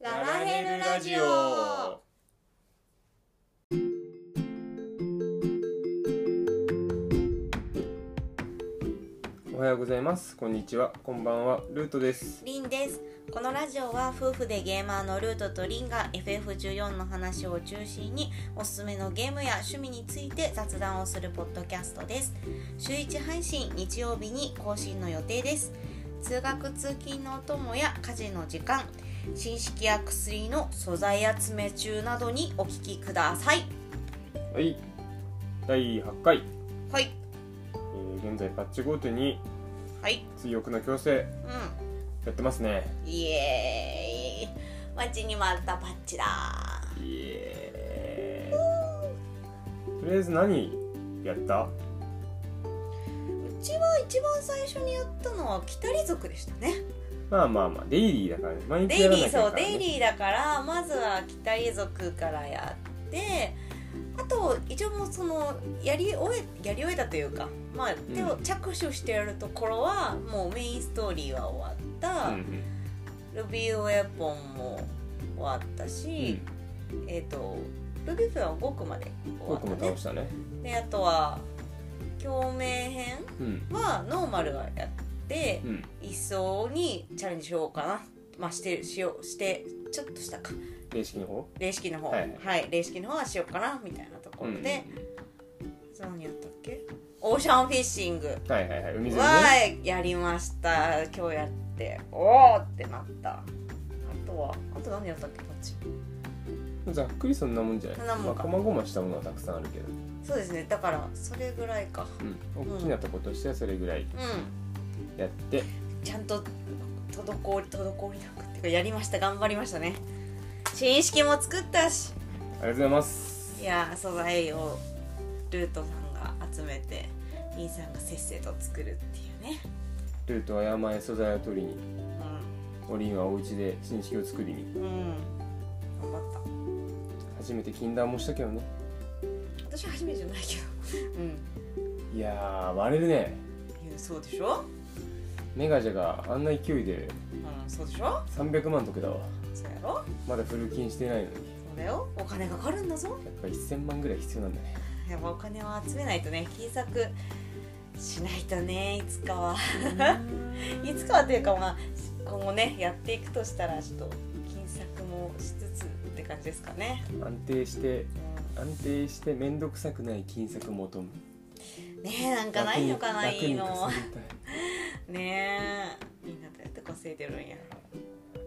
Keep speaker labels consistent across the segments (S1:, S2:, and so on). S1: ネルラジオ
S2: おはようございますこんにちはこんばんはルートです
S1: リンですこのラジオは夫婦でゲーマーのルートとリンが FF14 の話を中心におすすめのゲームや趣味について雑談をするポッドキャストです週1配信日曜日に更新の予定です通学通勤のお供や家事の時間新式や薬の素材集め中などにお聞きください
S2: はい第8回、
S1: はい
S2: えー現在パッチゴートに
S1: はい
S2: 追憶の強制
S1: うん
S2: やってますね
S1: イエーイ待ちに待ったパッチだ
S2: イエーイとりあえず何やった
S1: うちは一番最初にやったのはキタリ族でしたね
S2: まあまあまあデイリーだからね毎日
S1: デ
S2: や
S1: イ
S2: ら
S1: リ
S2: なきゃ
S1: ー
S2: い
S1: そ
S2: けない
S1: う
S2: から、ね、
S1: デイリーだからまずはキタリ族からやってあと一応もうそのやり終えやり終えたというかまあ手を
S2: うん
S1: 着手してやるところはもうメインストーリーは終わ
S2: う
S1: っ
S2: んうん
S1: た、ルビーウェポンも終わったし、えっ、とルビーウェポンは5区まで
S2: うん、
S1: 終
S2: 僕
S1: わっ
S2: も
S1: たね
S2: 倒したね
S1: であとは共鳴編
S2: うん
S1: はノーマルがやって
S2: うん
S1: 一層にチャレンジしようかなまあしてしようしてちょっとしたか
S2: 形式の方
S1: 霊式の方
S2: は
S1: はい
S2: い、
S1: 霊式の方はしようかなみたいなところで、
S2: うん
S1: 何やったっけオーシャンフィッシング
S2: うんはいはいはい海沿いね
S1: はやりました今日やっておおってなったあとはあと何やったっけこっち
S2: ざっくりそんなもんじゃない
S1: そんなもんか
S2: まあ、細々したものはたくさんあるけど、
S1: そうですねだからそれぐらいか
S2: うん、大きなとことしてはそれぐらい
S1: うん
S2: やって、
S1: ちゃんと滞り滞りなくっていうかやりました頑張りましたね新式も作ったし
S2: ありがとうございます
S1: いやー素材をルートさんが集めてリンさんがせっせと作るっていうね
S2: ルートは山へ素材を取りにオリンはお家で新式を作りに
S1: うんうん頑張っ
S2: 初めて禁断もしたけどね
S1: た私は初めてじゃないけどうん
S2: いやー割れるね
S1: いやそうでしょ
S2: メガジャがあんな勢いで
S1: うんそうでしょ
S2: 300万得だわ
S1: そうやろ
S2: まだフル金してないのに
S1: そうだよお金かかるんだぞ
S2: やっぱ1000万ぐらい必要なんだね
S1: やっぱお金を集めないとね金策しないとねいつかはいつかはというかまあ今後ねやっていくとしたらちょっと金策もしつつって感じですかね、
S2: 安定して
S1: う
S2: 安定して面倒くさくない金策求む
S1: んねえなんかないのかな
S2: 楽に
S1: いいの
S2: 楽に稼ぎたい
S1: ねえみんなどうやって稼いでるんや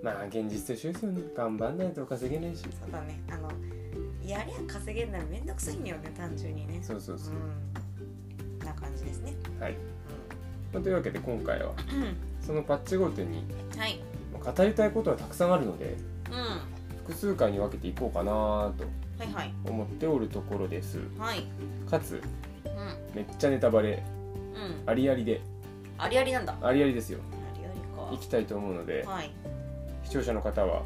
S2: まあ現実と一緒ですよね頑張んないと稼げないし
S1: そうだねあのやりゃ稼げんならめんどくさいんだよね単純にね
S2: そうそうそう、
S1: うんな感じですね
S2: はい、まあというわけで今回は
S1: うん
S2: そのパッチごとに
S1: はい
S2: まあ語りたいことはたくさんあるので
S1: うんは
S2: 複数回に分けていこうかなと
S1: いはい
S2: 思っておるところです
S1: はい
S2: かつ
S1: う
S2: めっちゃネタバレ
S1: んうん
S2: ありありで
S1: ありありなんだ
S2: ありありですよ
S1: ありありか
S2: 行きたいと思うので
S1: はい。
S2: 視聴者の方は
S1: うん。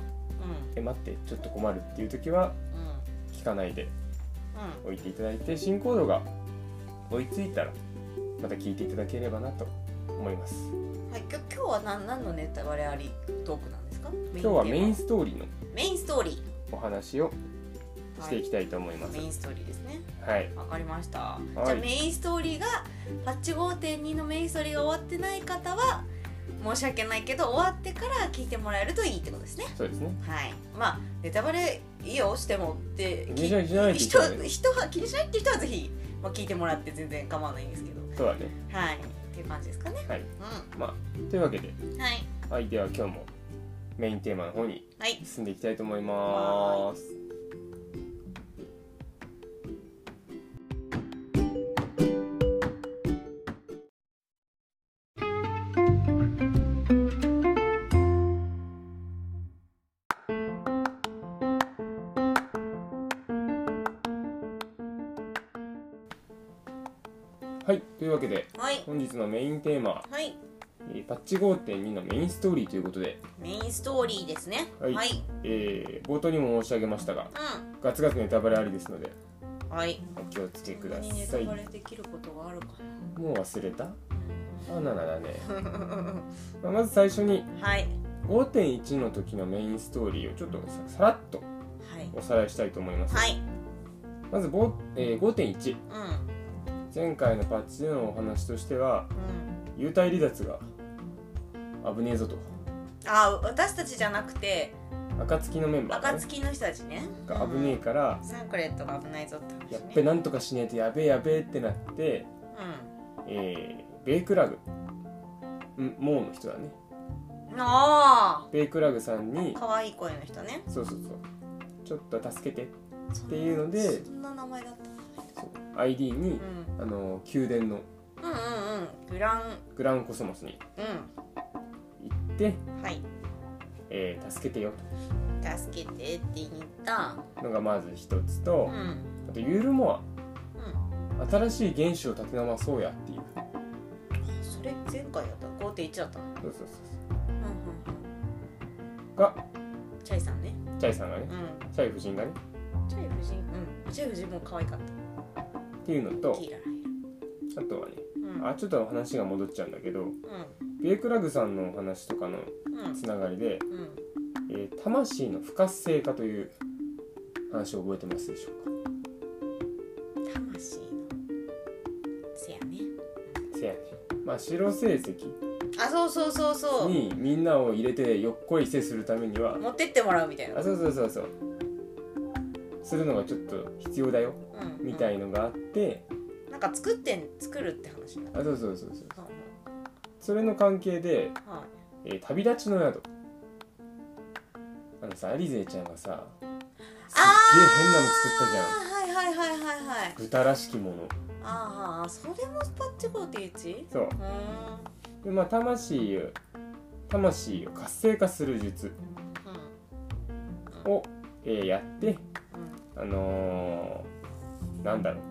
S2: え待ってちょっと困るっていう時は
S1: うん。
S2: 聞かないでおいていただいて進行度が追いついたらまた聞いていただければなと思います
S1: うん。はい。きょ今日は何何のネタバレありトークなんですか？今
S2: 今日はメインストーリーの
S1: メインストーリ
S2: お話を
S1: ー。
S2: していきたいと思います
S1: メインストーリーですね。
S2: はい
S1: わかりました。
S2: い
S1: じゃあメインストーリーがパッチ5.2のメインストーリーが終わってない方は申し訳ないけど終わってから聞いてもらえるといいってことですね。
S2: そうですね
S1: はい。まあネタバレいいよしてもって
S2: 気にしない気にしないって
S1: 人
S2: 人はね
S1: 人は気にしないって人はぜひまあ聞いてもらって全然構わないんですけど。
S2: そうだね
S1: はい。っていう感じですかね。
S2: はいまあというわけで
S1: うん。はい。
S2: はいでは今日もメインテーマの方に
S1: はい。
S2: 進んでいきたいと思いますはいというわけで
S1: はい。
S2: 本日のメインテーマ
S1: はい。
S2: えーパッチ5.2のメインストーリーということで、
S1: メインストーリーですね。
S2: はいえー冒頭にも申し上げましたがガツガツネタバレありですので
S1: うん。はい。
S2: お気をつけくだ
S1: ネ
S2: さ
S1: タ
S2: い
S1: バ
S2: も
S1: レできることがあるか
S2: う忘れたバナナだね、
S1: な。
S2: まあまず最初に
S1: はい。
S2: 5.1の時のメインストーリーをちょっとささらっと
S1: はい
S2: おさらいしたいと思います、
S1: はい
S2: まず、ぼえー
S1: う
S2: 5.1
S1: ん
S2: 前回のパッチでのお話としては
S1: うん
S2: 幽体離脱が危ねえぞと
S1: あ私たちじゃなくて
S2: 暁のメンバーが,、ね、
S1: 暁の人たちね
S2: が危ねえから、
S1: サンクレットが危ないぞって話
S2: やっ
S1: ね
S2: べなんとかしねえとやべえやべえってなって、えーベイクラグんモーの人だね
S1: うんあ
S2: ベイクラグさんに
S1: あ可愛い声の人ね
S2: そうそうそうちょっと助けて
S1: って
S2: いうので
S1: そんな名前だった
S2: そう ID に
S1: う、ん
S2: あの宮殿の
S1: うんうんうんグラン
S2: グランコスモスに
S1: う
S2: 行って、
S1: んはい
S2: えー助けてよ
S1: 助けてって言った
S2: とのがまず一つ
S1: う
S2: と、
S1: ん
S2: あとユールモ
S1: うん
S2: ア新しい原子を立て直そうやっていう
S1: それ前回やった5.1だったの
S2: そうそうそうそ
S1: うんうん
S2: うが
S1: うんチャイさんね
S2: チャイさんがね
S1: うん
S2: チャイ夫人がね
S1: チャイ夫人うんチャイ夫人も可愛かっ
S2: っていうの
S1: た
S2: と
S1: キーラ
S2: あとはね
S1: うん
S2: あちょっと話が戻っちゃうんだけど
S1: う
S2: ベイクラグさんのお話とかの
S1: んうん
S2: つながりで、
S1: うん
S2: えー魂の不活性化という話を覚えてますでしょう
S1: 魂のせやね
S2: かせやねまあ白成績
S1: あそうそうそうそう
S2: にみんなを入れてよっこいせするためには
S1: 持ってってもらうみたいな
S2: あそうそうそうそうするのがちょっと必要だよ
S1: うん
S2: みた
S1: い
S2: いのがあって
S1: なんか作ってん作るって話になっ
S2: あそうそうそうそう
S1: たはい
S2: それの関係で、
S1: は
S2: えー旅立ちの宿あのさアリゼちゃんがさすっげえ変なの作ったじゃん
S1: いはいはいはいはいはい
S2: 豚らしきもの
S1: ああそれもパッチ5.1
S2: そう
S1: うーん
S2: でまあ魂を魂を活性化する術を、えーやってあのーなんだろ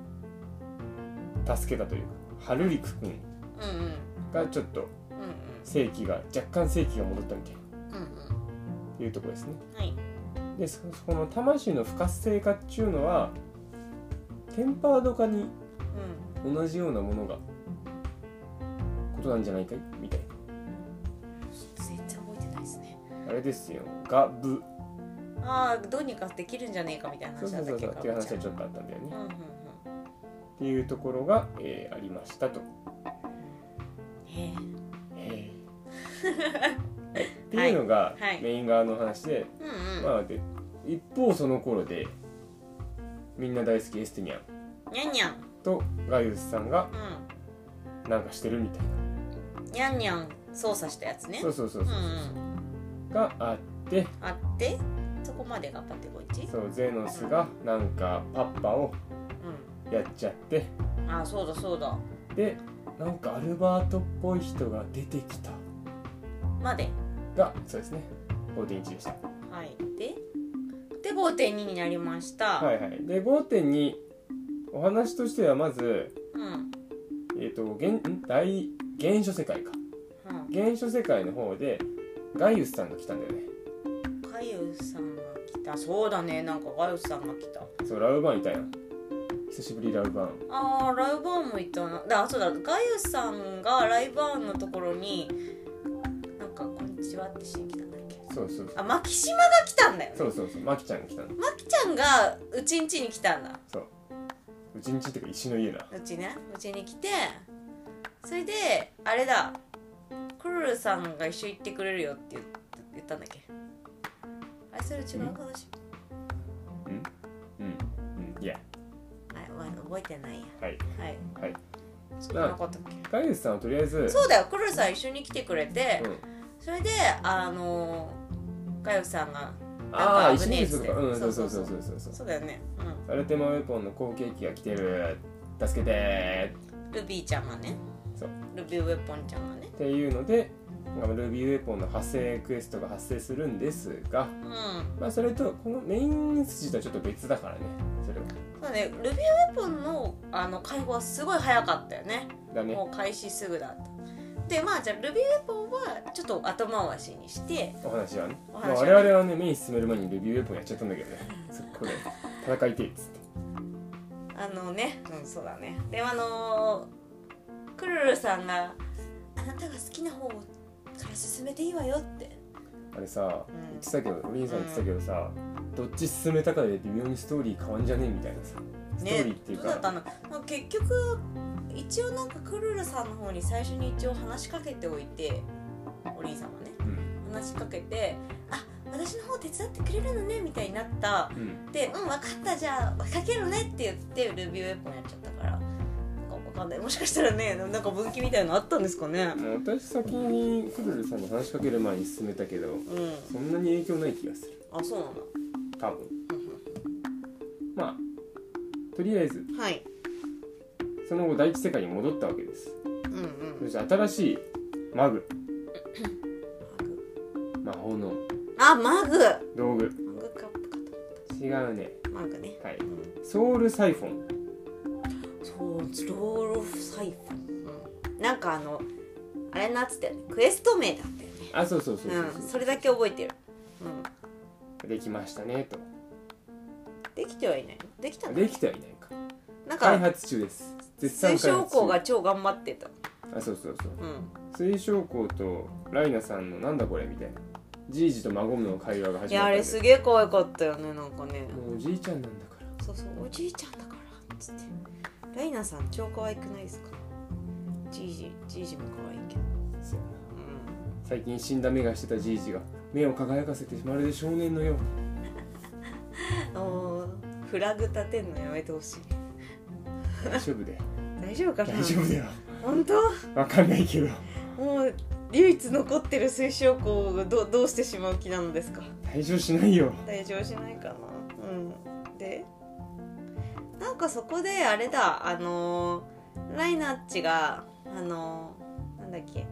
S2: う助けたというかハルリクくん
S1: うんうんうん
S2: がちょっと
S1: うんうん
S2: 正気が若干正気が戻ったみたいな
S1: うんうん
S2: というところですね
S1: はい
S2: でそそこの魂の不活性化っちゅうのはテンパード化に
S1: う
S2: 同じようなものがことなんじゃないかいみたい
S1: ん全然覚えてないですね
S2: なあれですよガブ
S1: ああどうにかできるんじゃねえかみたいな
S2: そう
S1: 話
S2: そ
S1: だ
S2: う
S1: ったっ
S2: そう
S1: けか
S2: そうっていう話はちょっとあったんだよ
S1: う
S2: ね
S1: んうんうん
S2: っていうところが、えーありましたと、
S1: へ
S2: え ーはいっていうのが、
S1: はいはい
S2: メイン側の話で
S1: えうんうん
S2: まあで一方その頃でみんな大好きエスティニャン
S1: にゃんにゃん
S2: とガイウスさんが
S1: う
S2: なんかしてるみたいなん
S1: にゃんにゃん操作したやつね
S2: そうそうそう
S1: う
S2: そ
S1: ん
S2: う
S1: う
S2: そう、
S1: ん
S2: があって
S1: あってそこまでがパッチ5.1
S2: そうゼノスがなんかパッパをやっちゃって
S1: うんああそうだそうだ
S2: でなんかアルバートっぽい人が出てきた
S1: まで
S2: がそうですね5.1でした
S1: はいでで5.2になりました
S2: はいはいで5.2お話としてはまず
S1: うん
S2: えっ、と原ん大原初世界か
S1: うん
S2: 原初世界の方でガイウスさんが来たんだよね
S1: かゆさんが来たそうだねなんかかゆさんが来た
S2: そうラウバンいたやん久しぶりラウバン
S1: あーライブバーンもいたなだそうだかゆさんがライブバーンのところになんか「こんにちは」ってしに来たんだっけ
S2: そうそう
S1: あマキシマが来たんだよね
S2: そうそうそうそうマキちゃんが来たの
S1: マキちゃんがうちんちに来たんだ
S2: そううちんちっていうか石の家だ
S1: うちねうちに来てそれであれだクルルさんが一緒行ってくれるよって言った言ったんだっけあれそれ違う話
S2: うんうんいや
S1: あごめん覚えてないや
S2: はい
S1: はい
S2: はい
S1: そんなことっけ
S2: ガイウスさんはとりあえず
S1: そうだよ、クルさん一緒に来てくれて、
S2: うん
S1: それで、あのー、ガヨさんが、
S2: ああ
S1: なんか
S2: 石
S1: 危ねえ
S2: に
S1: っつ
S2: す
S1: っ
S2: る
S1: て
S2: とかうん
S1: そ
S2: そう
S1: そ
S2: うそうう
S1: そ
S2: そううそうそう
S1: そうだよね、
S2: アルテマウェポンの後継機が来てる助けてー
S1: うん、ルビーちゃんがね、
S2: そう
S1: ルビーウェポンちゃんがね、
S2: っていうのでなんかルビーウェポンの派生クエストが発生するんですが、
S1: うん、
S2: まあ、それとこのメイン筋とはちょっと別だからねそれは
S1: そうね、ルビーウェポンのあの会合はすごい早かったよね、
S2: だね
S1: もう開始すぐだった。で、まあじゃあルビーウェポンはちょっと後回しにして、
S2: お話はね
S1: お
S2: まあ、
S1: 話はね
S2: 我々はねメイン進める前にルビーウェポンやっちゃったんだけどねそこで戦いてえっつって
S1: あのね、うん、そうだね。で、あのー、クルルさんが、あなたが好きな方から進めていいわよって
S2: あれさ
S1: うん
S2: 言ってたけどお兄さん言ってたけどさどっち進めたかで微妙にストーリー変わんじゃねえみたいなさストーリーっていう
S1: どうだ
S2: か
S1: ったのなんか結局一応なんかクルルさんの方に最初に一応話しかけておいてお兄さんはね
S2: うん
S1: 話しかけて「あ私の方手伝ってくれるのね」みたいになった
S2: うん
S1: で「うん分かったじゃあかけるね」って言ってルビーウェポンやっちゃったからなんかわかんないもしかしたらねなんか分岐みたいなのあったんですかね
S2: もう私先にクルルさんに話しかける前に進めたけど
S1: うん
S2: そんなに影響ない気がする
S1: あそうなんだ
S2: 多分まあとりあえず
S1: はい
S2: その後第一世界に戻ったわけです
S1: うんう
S2: そ
S1: ん
S2: して新しいマグ魔法の
S1: あマグマ
S2: 道具
S1: グカップか
S2: 違うね
S1: とマグね
S2: はいうソウルサイフォン
S1: そうスロールフサイフォン、うん、なんかあのあれなっつってクエスト名だってね
S2: あそうそうそうそう
S1: うん
S2: そう
S1: それだけ覚えてる、うん、
S2: できましたねと
S1: できてはいないのできたの
S2: できてはいないか
S1: なん
S2: 開
S1: か
S2: 発中です絶賛
S1: 推
S2: 開
S1: 奨
S2: 発
S1: 校が
S2: 中
S1: 超頑張ってた
S2: あそうそうそう
S1: うん
S2: 水晶校とライナさんのなんだこれみたいなじいじと孫の会話が始まった
S1: いやあれすげえ可愛かったよねなんかね
S2: もうおじいちゃんなんだか
S1: そうそうおじいちゃんだからっつってライナさん超可愛くないですかじいじじいじも可愛いけど
S2: らそうやな
S1: う
S2: 最近死んだ目がしてたじいじが目を輝かせてまるで少年のようん
S1: おーフラグ立てんのやめてほしい
S2: 大丈夫だよ
S1: 大丈夫かな
S2: 大丈夫だよ
S1: 本当
S2: わかんないけど
S1: もう唯一残ってる推奨校をどどうしてしまう気なのですか
S2: 退場しないよ
S1: 退場しないかなうんでなんかそこであれだあのーライナッチがあのーなんだっけ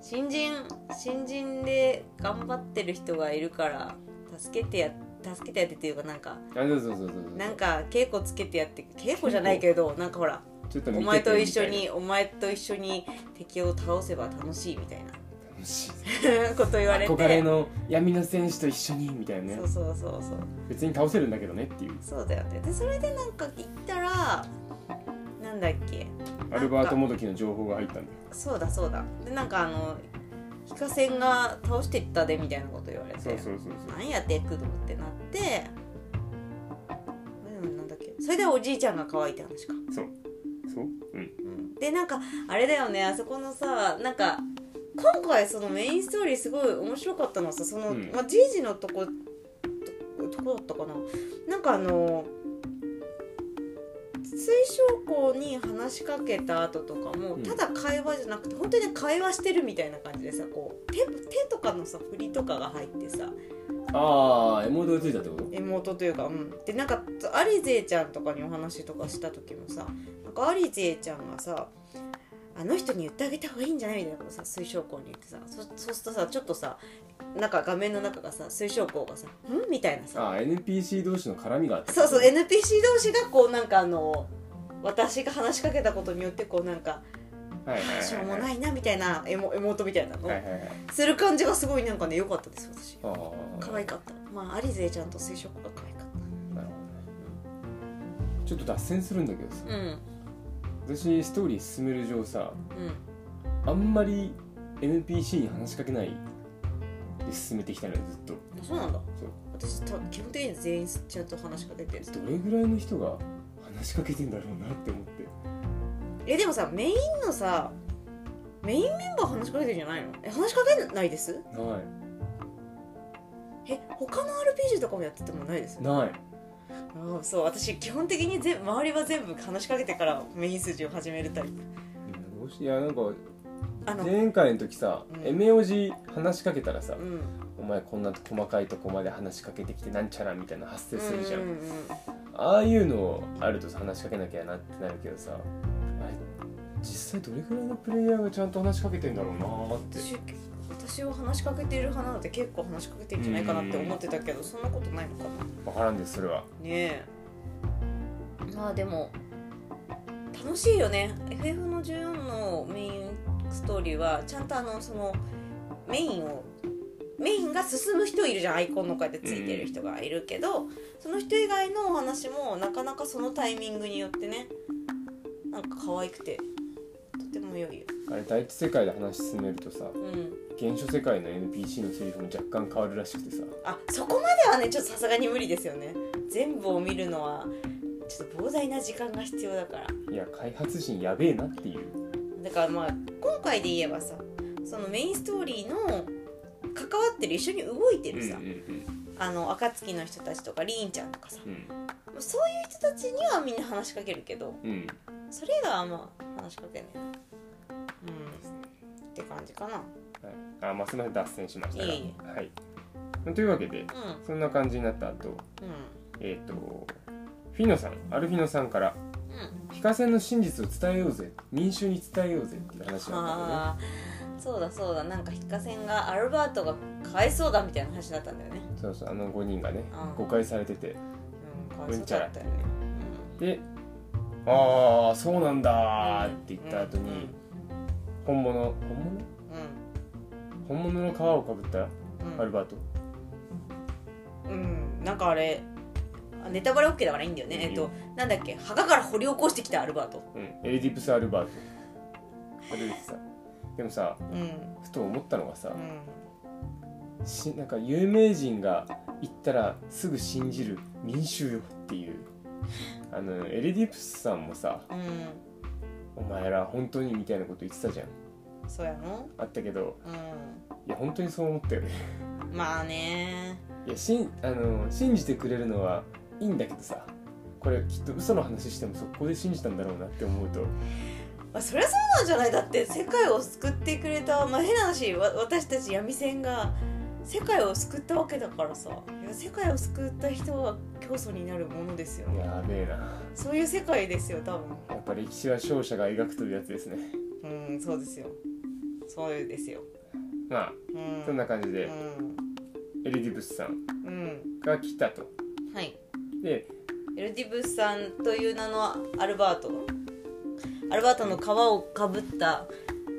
S1: 新人新人で頑張ってる人がいるから助けてや助けてやってっていうかなんか
S2: あそうそうそうそうそう
S1: なんか稽古つけてやって稽古じゃないけどなんかほら
S2: ちょっと見
S1: お
S2: てて
S1: 前と一緒
S2: みたい
S1: にお前と一緒に敵を倒せば楽しいみたいな
S2: な楽しい
S1: こと言われて
S2: 憧れの闇の戦士と一緒にみたいなね
S1: そうそうそうそう
S2: 別に倒せるんだけどねっていう
S1: そうだよねでそれでなんか行ったらなんだっけ
S2: アルバート・モドキの情報が入ったんだよ
S1: そうだそうだでなんかあのヒカセンが倒してったでみたいなこと言われて
S2: そうそうそうそう
S1: 何やって工藤ってなってうんなんだっけそれでおじいちゃんが可愛いって話か、
S2: そうそううん
S1: うん、でなんかあれだよねあそこのさなんか今回そのメインストーリーすごい面白かったのはさその、
S2: うん
S1: まあ、じいじのとこととこだったかななんかあの水晶校に話しかけた後とかも、
S2: うん
S1: ただ会話じゃなくて本当にね会話してるみたいな感じでさこう手手とかのさ振りとかが入ってさ
S2: ああ獲物がついたってこと
S1: 妹というかうんでなんかアリゼちゃんとかにお話とかした時もさなんかアリゼちゃんがさあの人に言ってあげた方がいいんじゃないみたいなことさ水晶校に言ってさそそうするとさちょっとさなんか画面の中がさ水晶校がさ「ん?」みたいなさ
S2: ああ NPC 同士の絡みがあった
S1: そうそう NPC 同士がこうなんかあの私が話しかけたことによってこうなんか
S2: はいは
S1: 「
S2: い
S1: しょうも
S2: は
S1: ないいな」みたいなエモ妹みたいなの、
S2: はいはいはい
S1: する感じがすごいなんかね良かったです私
S2: ああ
S1: 可愛かったまあアリゼちゃんと水晶校が可愛かっ
S2: なるほどねちょっと脱線するんだけどさ
S1: たうん
S2: 私ストーリー進める上さ
S1: うん
S2: あんまり NPC に話しかけないで進めてきたのよずっと
S1: そうなんだ
S2: そう
S1: 私た基本的に全員ちゃんと話しかけてる
S2: どれぐらいの人が話しかけてんだろうなって思って
S1: えでもさメインのさメインメンバー話しかけてるんじゃないのえ話しかけないです
S2: な
S1: え他の RPG とかもやっててもないです
S2: いない
S1: うんそう私基本的に全周りは全部話しかけてからメイン筋を始めるタイプ
S2: どうしいやなんか
S1: あの
S2: 前回の時さ
S1: うん
S2: エメおじ話しかけたらさ
S1: うん
S2: 「お前こんな細かいとこまで話しかけてきてなんちゃら」みたいな発生するじゃ
S1: うん
S2: ん
S1: うんうん
S2: ああいうのあるとさ話しかけなきゃなってなるけどさあれ実際どれぐらいのプレイヤーがちゃんと話しかけてんだろうなーって
S1: 私私は話しかけている派なので結構話しかけてるんじゃないかなって思ってたけどそんなことないのかな
S2: 分からんですそれは
S1: ねえまあでも楽しいよね FF の14のメインストーリーはちゃんとあのそのメインをメインが進む人いるじゃんアイコンのこうやってついてる人がいるけど、その人以外のお話もなかなかそのタイミングによってねなんか可愛くてとても良いよ
S2: ああれ第一世界で話進めるとさ
S1: うん
S2: 原初世界の NPC のセリフも若干変わるらしくてさ
S1: あそこまではねちょっとさすがに無理ですよね全部を見るのはちょっと膨大な時間が必要だから
S2: いや開発陣やべえなっていう
S1: だからまあ今回で言えばさそのメインストーリーの関わってる一緒に動いてるさ、
S2: うんうん
S1: あの暁の人たちとかりーんちゃんとかさ
S2: うん
S1: そういう人たちにはみんな話しかけるけど
S2: うんうん
S1: それ以外はまあ話しかけないうんって感じかな
S2: はい、あますみません脱線しましたが
S1: いえい
S2: はいというわけで
S1: う
S2: そんな感じになった後
S1: んうん
S2: えっ、とフィノさんアルフィノさんから
S1: うん
S2: 「非化戦の真実を伝えようぜ民衆に伝えようぜ」って話だっ
S1: あーそうだそうだなんか引っかせんがアルバートがかわいそうだみたいな話だったんだよね
S2: たんだねそうそうあの5人がね
S1: あー
S2: 誤解されてて
S1: うんかわいそうだったよね
S2: で「ああそうなんだ」って言った後
S1: うん
S2: に本物本物
S1: う
S2: 本物の皮をかぶった
S1: んうん
S2: アルバート
S1: うんなんかあれあネタバレ OK だからいいんだよねえっとなんだっけ墓から掘り起こしてきたアルバート
S2: うんエリディプス・アルバートが出てきてさでもさ
S1: うんうん
S2: ふと思ったのがさ、しなんか有名人が言ったらすぐ信じる民衆よっていうあのエレディプスさんもさ
S1: うん
S2: 「お前ら本当に」みたいなこと言ってたじゃん
S1: そうやの
S2: あったけど
S1: う
S2: いや本当にそう思ったよね
S1: んまあね
S2: いやしんあの信じてくれるのはいいんだけどさこれきっと嘘の話しても速攻で信じたんだろうなって思うと
S1: まあ、そりゃそうなんじゃないだって世界を救ってくれた、まあ、変な話わ私たち闇線が世界を救ったわけだからさいや世界を救った人は教祖になるものですよね
S2: やべえな
S1: そういう世界ですよ多
S2: やっぱ歴史は勝者が描くというやつですね
S1: 分うんそうですよそういうですよ
S2: まあ
S1: うん
S2: そんな感じ
S1: う
S2: で
S1: ん
S2: エレディプスさん
S1: うん
S2: が来たと
S1: はい
S2: で
S1: エルディブスさんという名のアルバートアルバートの皮をかぶった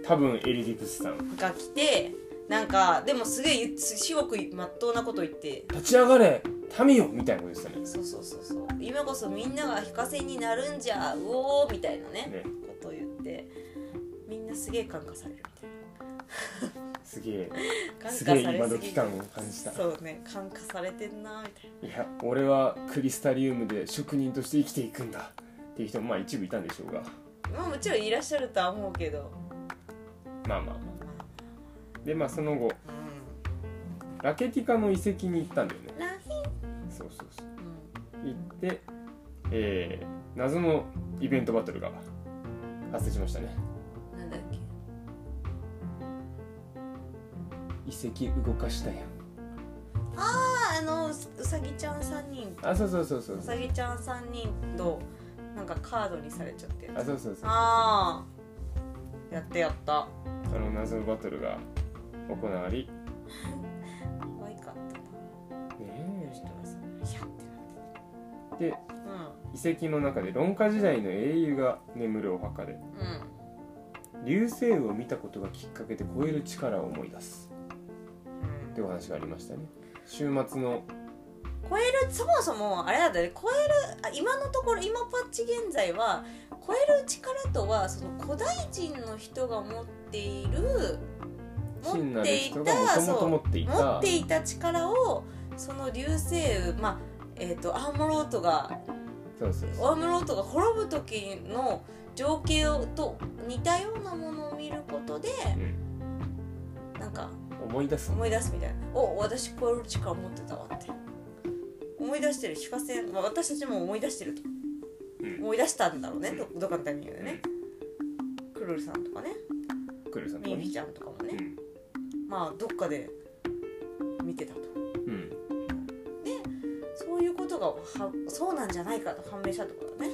S2: 多分エレディプスさん
S1: が来てなんかでもすげえすごくまっとうなこと言って
S2: 立ち上がれ民よみたいなことですよね
S1: そうそうそうそう今こそみんなが非課税になるんじゃうおーみたいなね
S2: ね
S1: ことを言ってみんなすげえ感化される
S2: すげえ
S1: みたいな
S2: すげえ今
S1: ぎ
S2: 時感を感じたい
S1: そうね感化されてんなみたい
S2: や俺はクリスタリウムで職人として生きていくんだっていう人もまあ一部いたんでしょうが
S1: なまあもちろんいらっしゃるとは思うけど
S2: まあまあまあでまあその後
S1: う
S2: ラケティカの遺跡に行ったんだよね
S1: んラヒ
S2: そうそうそう
S1: う
S2: 行ってえー、謎のイベントバトルが発生しましたね
S1: んなんだっけ
S2: 遺跡動かしたやん
S1: ああのうさぎちゃん3人
S2: あそうそうそうそ
S1: う
S2: うそう
S1: さぎちゃん3人となんかカードにされちゃって
S2: あそうそうそう
S1: ああやってやった
S2: あの謎のバトルが行わり
S1: 可愛かったな
S2: ね
S1: 人がさヒャッてなって
S2: えで
S1: う
S2: 遺跡の中で論下時代の英雄が眠るお墓で
S1: んうん
S2: 流星雨を見たことがきっかけで超える力を思い出すってお話がありましたね週末の
S1: 超えるそもそもあれなんだね超えるあ今のところ今パッチ現在は超える力とはその古代人の人が持っている
S2: 真
S1: 持
S2: な
S1: っ
S2: る
S1: てい
S2: 人がも
S1: た
S2: ともと
S1: そう
S2: 持ってい
S1: 持
S2: た
S1: っていた力をその流星雨まあえー、とアームロートが
S2: そうそう
S1: アームロートが滅ぶ時の情景をと似たようなものを見ることで
S2: うん
S1: なんか
S2: 思い出す
S1: 思い出すみたいな「お私こういう力持ってたわ」って思い出してる非化線、まあ、私たちも思い出してると
S2: うん
S1: 思い出したんだろうねどどっかのタイミングでね
S2: ね
S1: クルルさんとかね
S2: クルさんと
S1: み
S2: か
S1: ゆき
S2: ね
S1: ちゃんとかも
S2: う
S1: ね
S2: ん
S1: まあどっかで見てたと
S2: うん
S1: そういうことがはそうなんじゃないかと判明したってことだね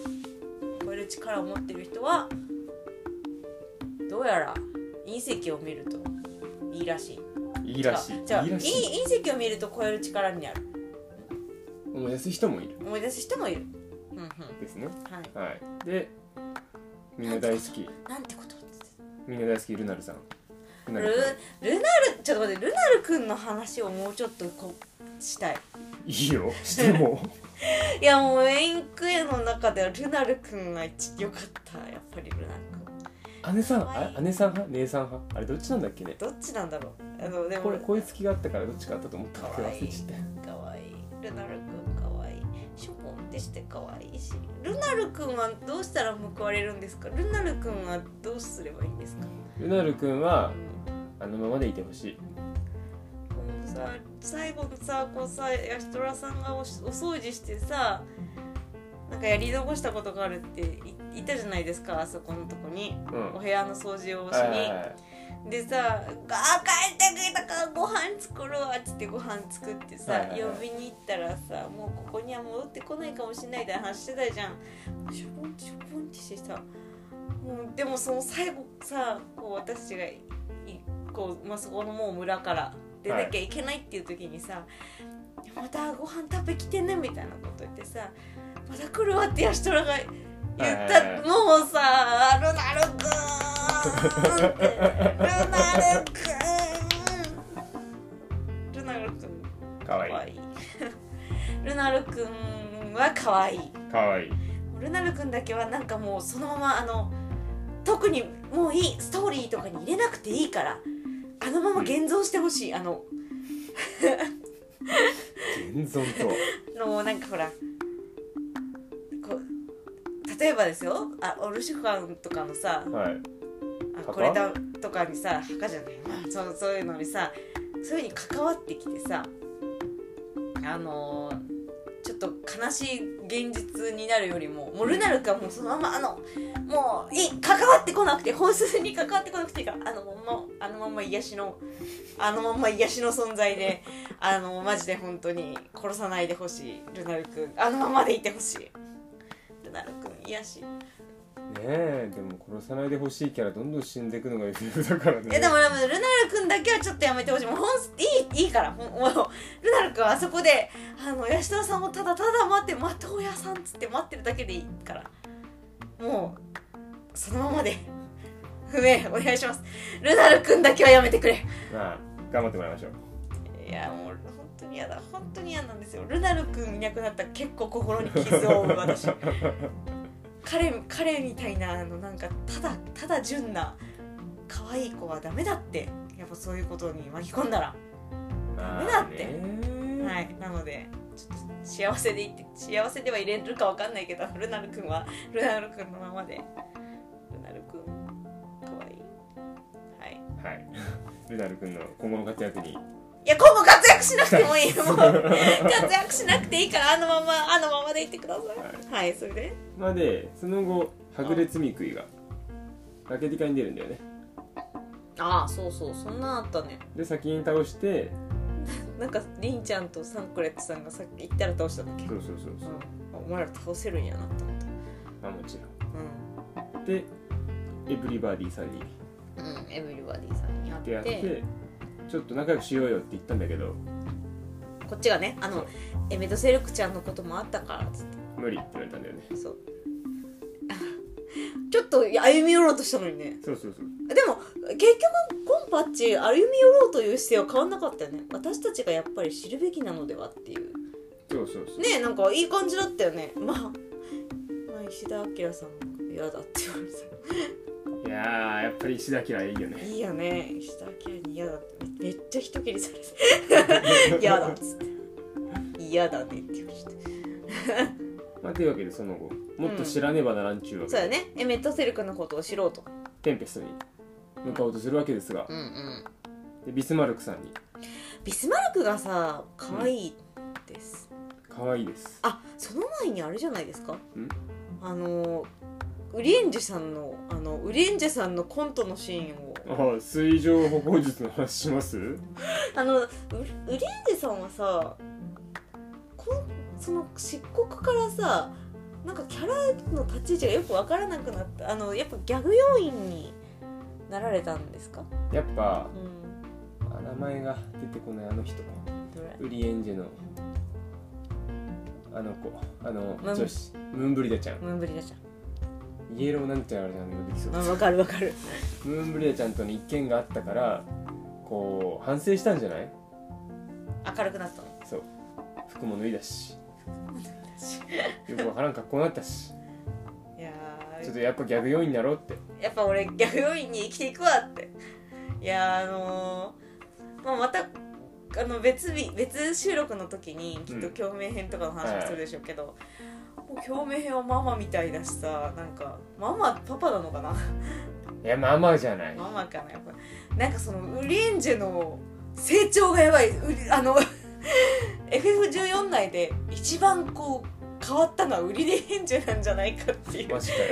S1: 超える力を持ってる人はどうやら隕石を見るといいらしい
S2: いいらしいいい
S1: じゃあ
S2: らしい
S1: 隕石を見ると超える力になる
S2: 思い出す人もいる
S1: 思い出す人もいる。うんうん。は
S2: ですね
S1: い。
S2: はいでみんな大好き
S1: なんてこと。
S2: みんな大好きルナルさんルナ
S1: ル
S2: ル
S1: ルナルちょっと待ってルナルくんの話をもうちょっとこうしたい。
S2: いいよして も
S1: いやもうウェインクエの中ではルナルくんが一よかったやっぱりルナルくん。
S2: 姉さん
S1: 可愛い
S2: あ姉さん派姉さん派あれどっちなんだっけね
S1: どっちなんだろうあので
S2: こ
S1: も
S2: れ声つきがあったからどっちかあったと思ったけ
S1: 可
S2: ど
S1: 愛い
S2: 忘れちゃった
S1: かわいいルナルくんかわいいしょぼんってしてかわいいしルナルくんはどうしたら報われるんですかルナルくんはどうすればいいんですか
S2: ルナル君はあのままでいてほしい
S1: このさ最後のさこうさヤシトラさんがおしお掃除してさなんかやり残したことがあるってい言ったじゃないですかあそこのとこに
S2: うん
S1: お部屋の掃除をし
S2: はいはいは
S1: に
S2: い
S1: でさ「あ帰ってきたからご飯作ろう」っつってご飯作ってさ、
S2: はいはいはい
S1: 呼びに行ったらさもうここには戻ってこないかもしれないみたいな話してたじゃんしょぼんちょぼんってしてさもうでもその最後さこう私たちがいこう、まあ、そこのもう村から出なきゃいけないっていう時にさ「またご飯食べきてね」みたいなこと言ってさ「また来るわ」ってヤシトラが言った、
S2: はいはいはい
S1: もうさ「ルナルくーん」って。ルナルくんルナルくん
S2: か
S1: か
S2: わい
S1: わ
S2: い
S1: いいルナルくんはかわいい
S2: かわいい
S1: ルナルくんだけはなんかもうそのままあの特にもういいストーリーとかに入れなくていいからあのまま現像してほしいあの
S2: 現存と
S1: のなんかほらこう例えばですよあオルシファンとかのさ
S2: はい
S1: あ
S2: 墓
S1: これだとかにさ墓じゃない、まあ、そうそういうのにさそういうふうに関わってきてさあのーちょっと悲しい現実になるよりももうルナルくんはもうそのままあのもういい関わってこなくて本筋に関わってこなくていいからあのままあのまま癒しのあのまま癒しの存在であのマジで本当に殺さないでほしいルナルくんあのままでいてほしいルナルくん癒し
S2: ねえでも殺さないでほしいキャラどんどん死んでいくのが SF だからね
S1: えでもでもルナルくんだけはちょっとやめてほしいもうほん いいいいからもうもうルナルくんはあそこであの吉田さんをただただ待って的親さんっつって待ってるだけでいいからもうそのままで 不明お願いしますルナルくんだけはやめてくれ
S2: まあ頑張ってもらいましょう
S1: いやもう本当に嫌だ本当に嫌なんですよルナルくんいなくなったら結構心に傷を負う私彼彼みたいなあのなんかただただ純な可愛い子はダメだってやっぱそういうことに巻き込んだら
S2: まあ
S1: ダメだって
S2: ね
S1: はいなのでちょっと幸せでいって幸せでは入れるかわかんないけどルナルくんはルナルくんのままでルナルくん可愛いはい
S2: はい。ルナル君の今後の活躍に。
S1: いや今後活躍しなくてもいい もう活躍しなくていいからあのままあのままでいってくださいはい、それで
S2: まで、その後、白裂ミクイが、ラケティカに出るんだよね。
S1: ああそうそうそんなんあったね
S2: で、先に倒して、
S1: なんかりんちゃんとサンクレットさんがさっき言ったら倒したんだっけ、う
S2: そ
S1: ん、
S2: うそうそうそう。
S1: お前ら倒せるんやなって思った
S2: まあもちろん。で、エブリバディさんに
S1: うん、うん、エブリバディさんに会って
S2: 出会って、ちょっと仲良くしようよって言ったんだけど、
S1: こっちがねあ
S2: そ
S1: の
S2: う
S1: エメドセルクちゃんのこともあったからっつっ
S2: 無理って言われたんだよね。
S1: てそう ちょっと歩み寄ろうとしたのにね
S2: そうそうそう。
S1: でも結局コンパッチ歩み寄ろうという姿勢は変わんなかったよね私たちがやっぱり知るべきなのではっていう
S2: そうそうそう。
S1: ねえなんかいい感じだったよねまあ、まあ、石田明さんが嫌だって言われた
S2: いやー、やっぱり石田明はいい よね。
S1: いいよね石田明に嫌だってめめっちゃ人切りされて嫌だっつって嫌だねって言われて
S2: まあ、というわけで、その後、もっと知らねばならんちゅうわけ
S1: そう
S2: で、
S1: だねエメットセルクのことを知ろうと
S2: テンペストに向かおうとするわけですが、
S1: うんうん
S2: でビスマルクさんに、
S1: ビスマルクがさ可愛いです、
S2: 可愛いです。
S1: あその前にあれじゃないですか
S2: ん
S1: あのウリエンジェさんのあのウリエンジェさんのコントのシーンを
S2: ああ水上歩行術の話します
S1: あのウウリエンジェさんはさこんその漆黒からさなんかキャラの立ち位置がよくわからなくなったあのやっぱギャグ要員になられたんですか、
S2: やっぱ
S1: うん、
S2: あ名前が出てこないあの人
S1: どれ
S2: ウリエンジェのあの子あの
S1: ムン
S2: 女子ムーンブリダちゃん
S1: ムーンブリダちゃ
S2: イエローなんちゃらなんでできそうん
S1: あわかるわかる
S2: ムーンブリダちゃんとの一件があったからこう反省したんじゃない
S1: 明るくなったの
S2: そう服も脱い だしよくわからん格好になったし
S1: いや
S2: ちょっ
S1: ー
S2: とやっぱギャグ要員だろうって
S1: やっぱ俺逆要員に生きていくわっていやーあのーまあ、またあの別日別収録の時にきっと共鳴編とかの話もするでしょうけど、もう共鳴編はママみたいだしさなんかママパパなのかな
S2: いやまあまあじ ゃない
S1: ママかなやっぱなんかそのウリエンジェの成長がやばいウリあの FF14 内で一番こう変わったのはウリエンジェなんじゃないかっていう
S2: マジかよ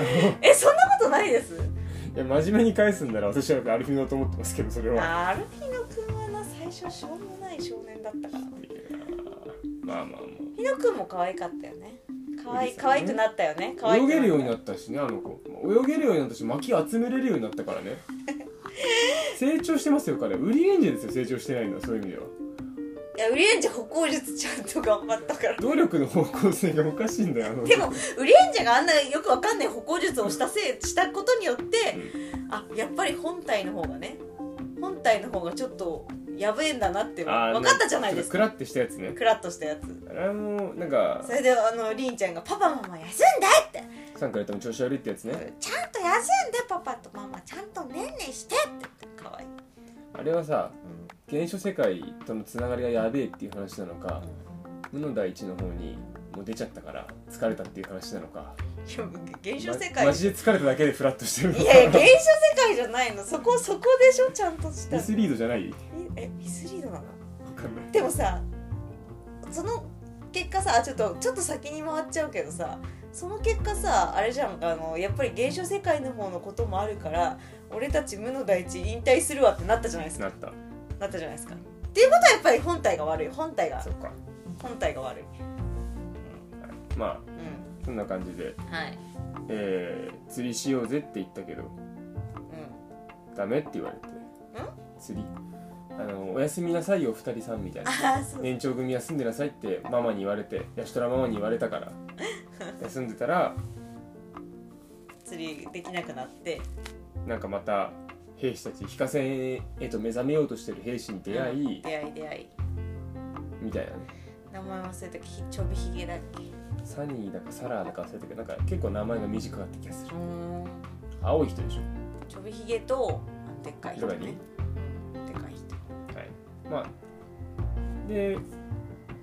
S1: えそんなことないです
S2: いや真面目に返すんなら私はアルフィノだと思ってますけどそれは
S1: アルフィノ君はな最初しょうもない少年だったから
S2: いやーまあまあ
S1: ひのくんも可愛かったよね可愛い
S2: そうですね
S1: 可愛くなったよね可
S2: まあ
S1: 愛
S2: 泳
S1: く
S2: げるように
S1: っ
S2: なったしねあの子泳げるようになったし薪集めれるようになったか らね成長してますよ彼ウリエンジェですよ成長してないのはそういう意味では
S1: たいやウリエンジェ歩行術ちゃんと頑張ったから
S2: 努力の方向性がおかしいんだよあの子
S1: でもウリエンジェがあんなよくわかんない歩行術をしたせいしたことによってあやっぱり本体の方がね本体の方がちょっとやべえんだなって分
S2: あー
S1: かったじゃないです
S2: ち
S1: か
S2: ょっとクラってしたやつね
S1: クラッとしたやつ
S2: あれもなんか
S1: それであのりんちゃんが「パパママ休んで!」って
S2: さんから言っても調子悪いってやつね
S1: ちゃんと休んでパパとママちゃんとねんねしてってかわいい、
S2: あれはさ原初世界とのつながりがやべえっていう話なのか無の第一の方にもう出ちゃったから疲れたっていう話なのか
S1: いやもう現象世
S2: ま
S1: 界
S2: マジで疲れただけでフラッとしてるの
S1: いやいや現象世界じゃないのそこそこでしょちゃんとした
S2: ミスリードじゃないわ
S1: えミスリードなの
S2: かんない
S1: でもさその結果さあちょっとちょっと先に回っちゃうけどさその結果さあれじゃんあのやっぱり現象世界の方のこともあるから俺たち無の第一引退するわってなったじゃないですか
S2: なった
S1: なったじゃないですかっていうことはやっぱり本体が悪い本体が
S2: そっか
S1: 本体が悪い
S2: ま
S1: う
S2: あ
S1: ん
S2: そんな感じで、
S1: はい
S2: えー釣りしようぜって言ったけど
S1: う
S2: ダメって言われて釣りあのおやすみなさいよ二人さんみたい
S1: ん
S2: な
S1: ああそう
S2: 年長組休んでなさいってママに言われてヤシトラママに言われたから 休んでたら
S1: 釣りできなくなって
S2: なんかまた兵士たち非化戦へと目覚めようとしてる兵士に出会い
S1: 出会い出会い
S2: みたいなね
S1: 名前忘れたきちょびひげだっけ
S2: サニーだかサラーだか忘れたけどなんか結構名前が短かった気がす
S1: う
S2: る
S1: ーん
S2: 青い人でしょ
S1: ちょびひげとあのでっかい人
S2: どれ
S1: ね
S2: に
S1: でっかい人
S2: はいまあで、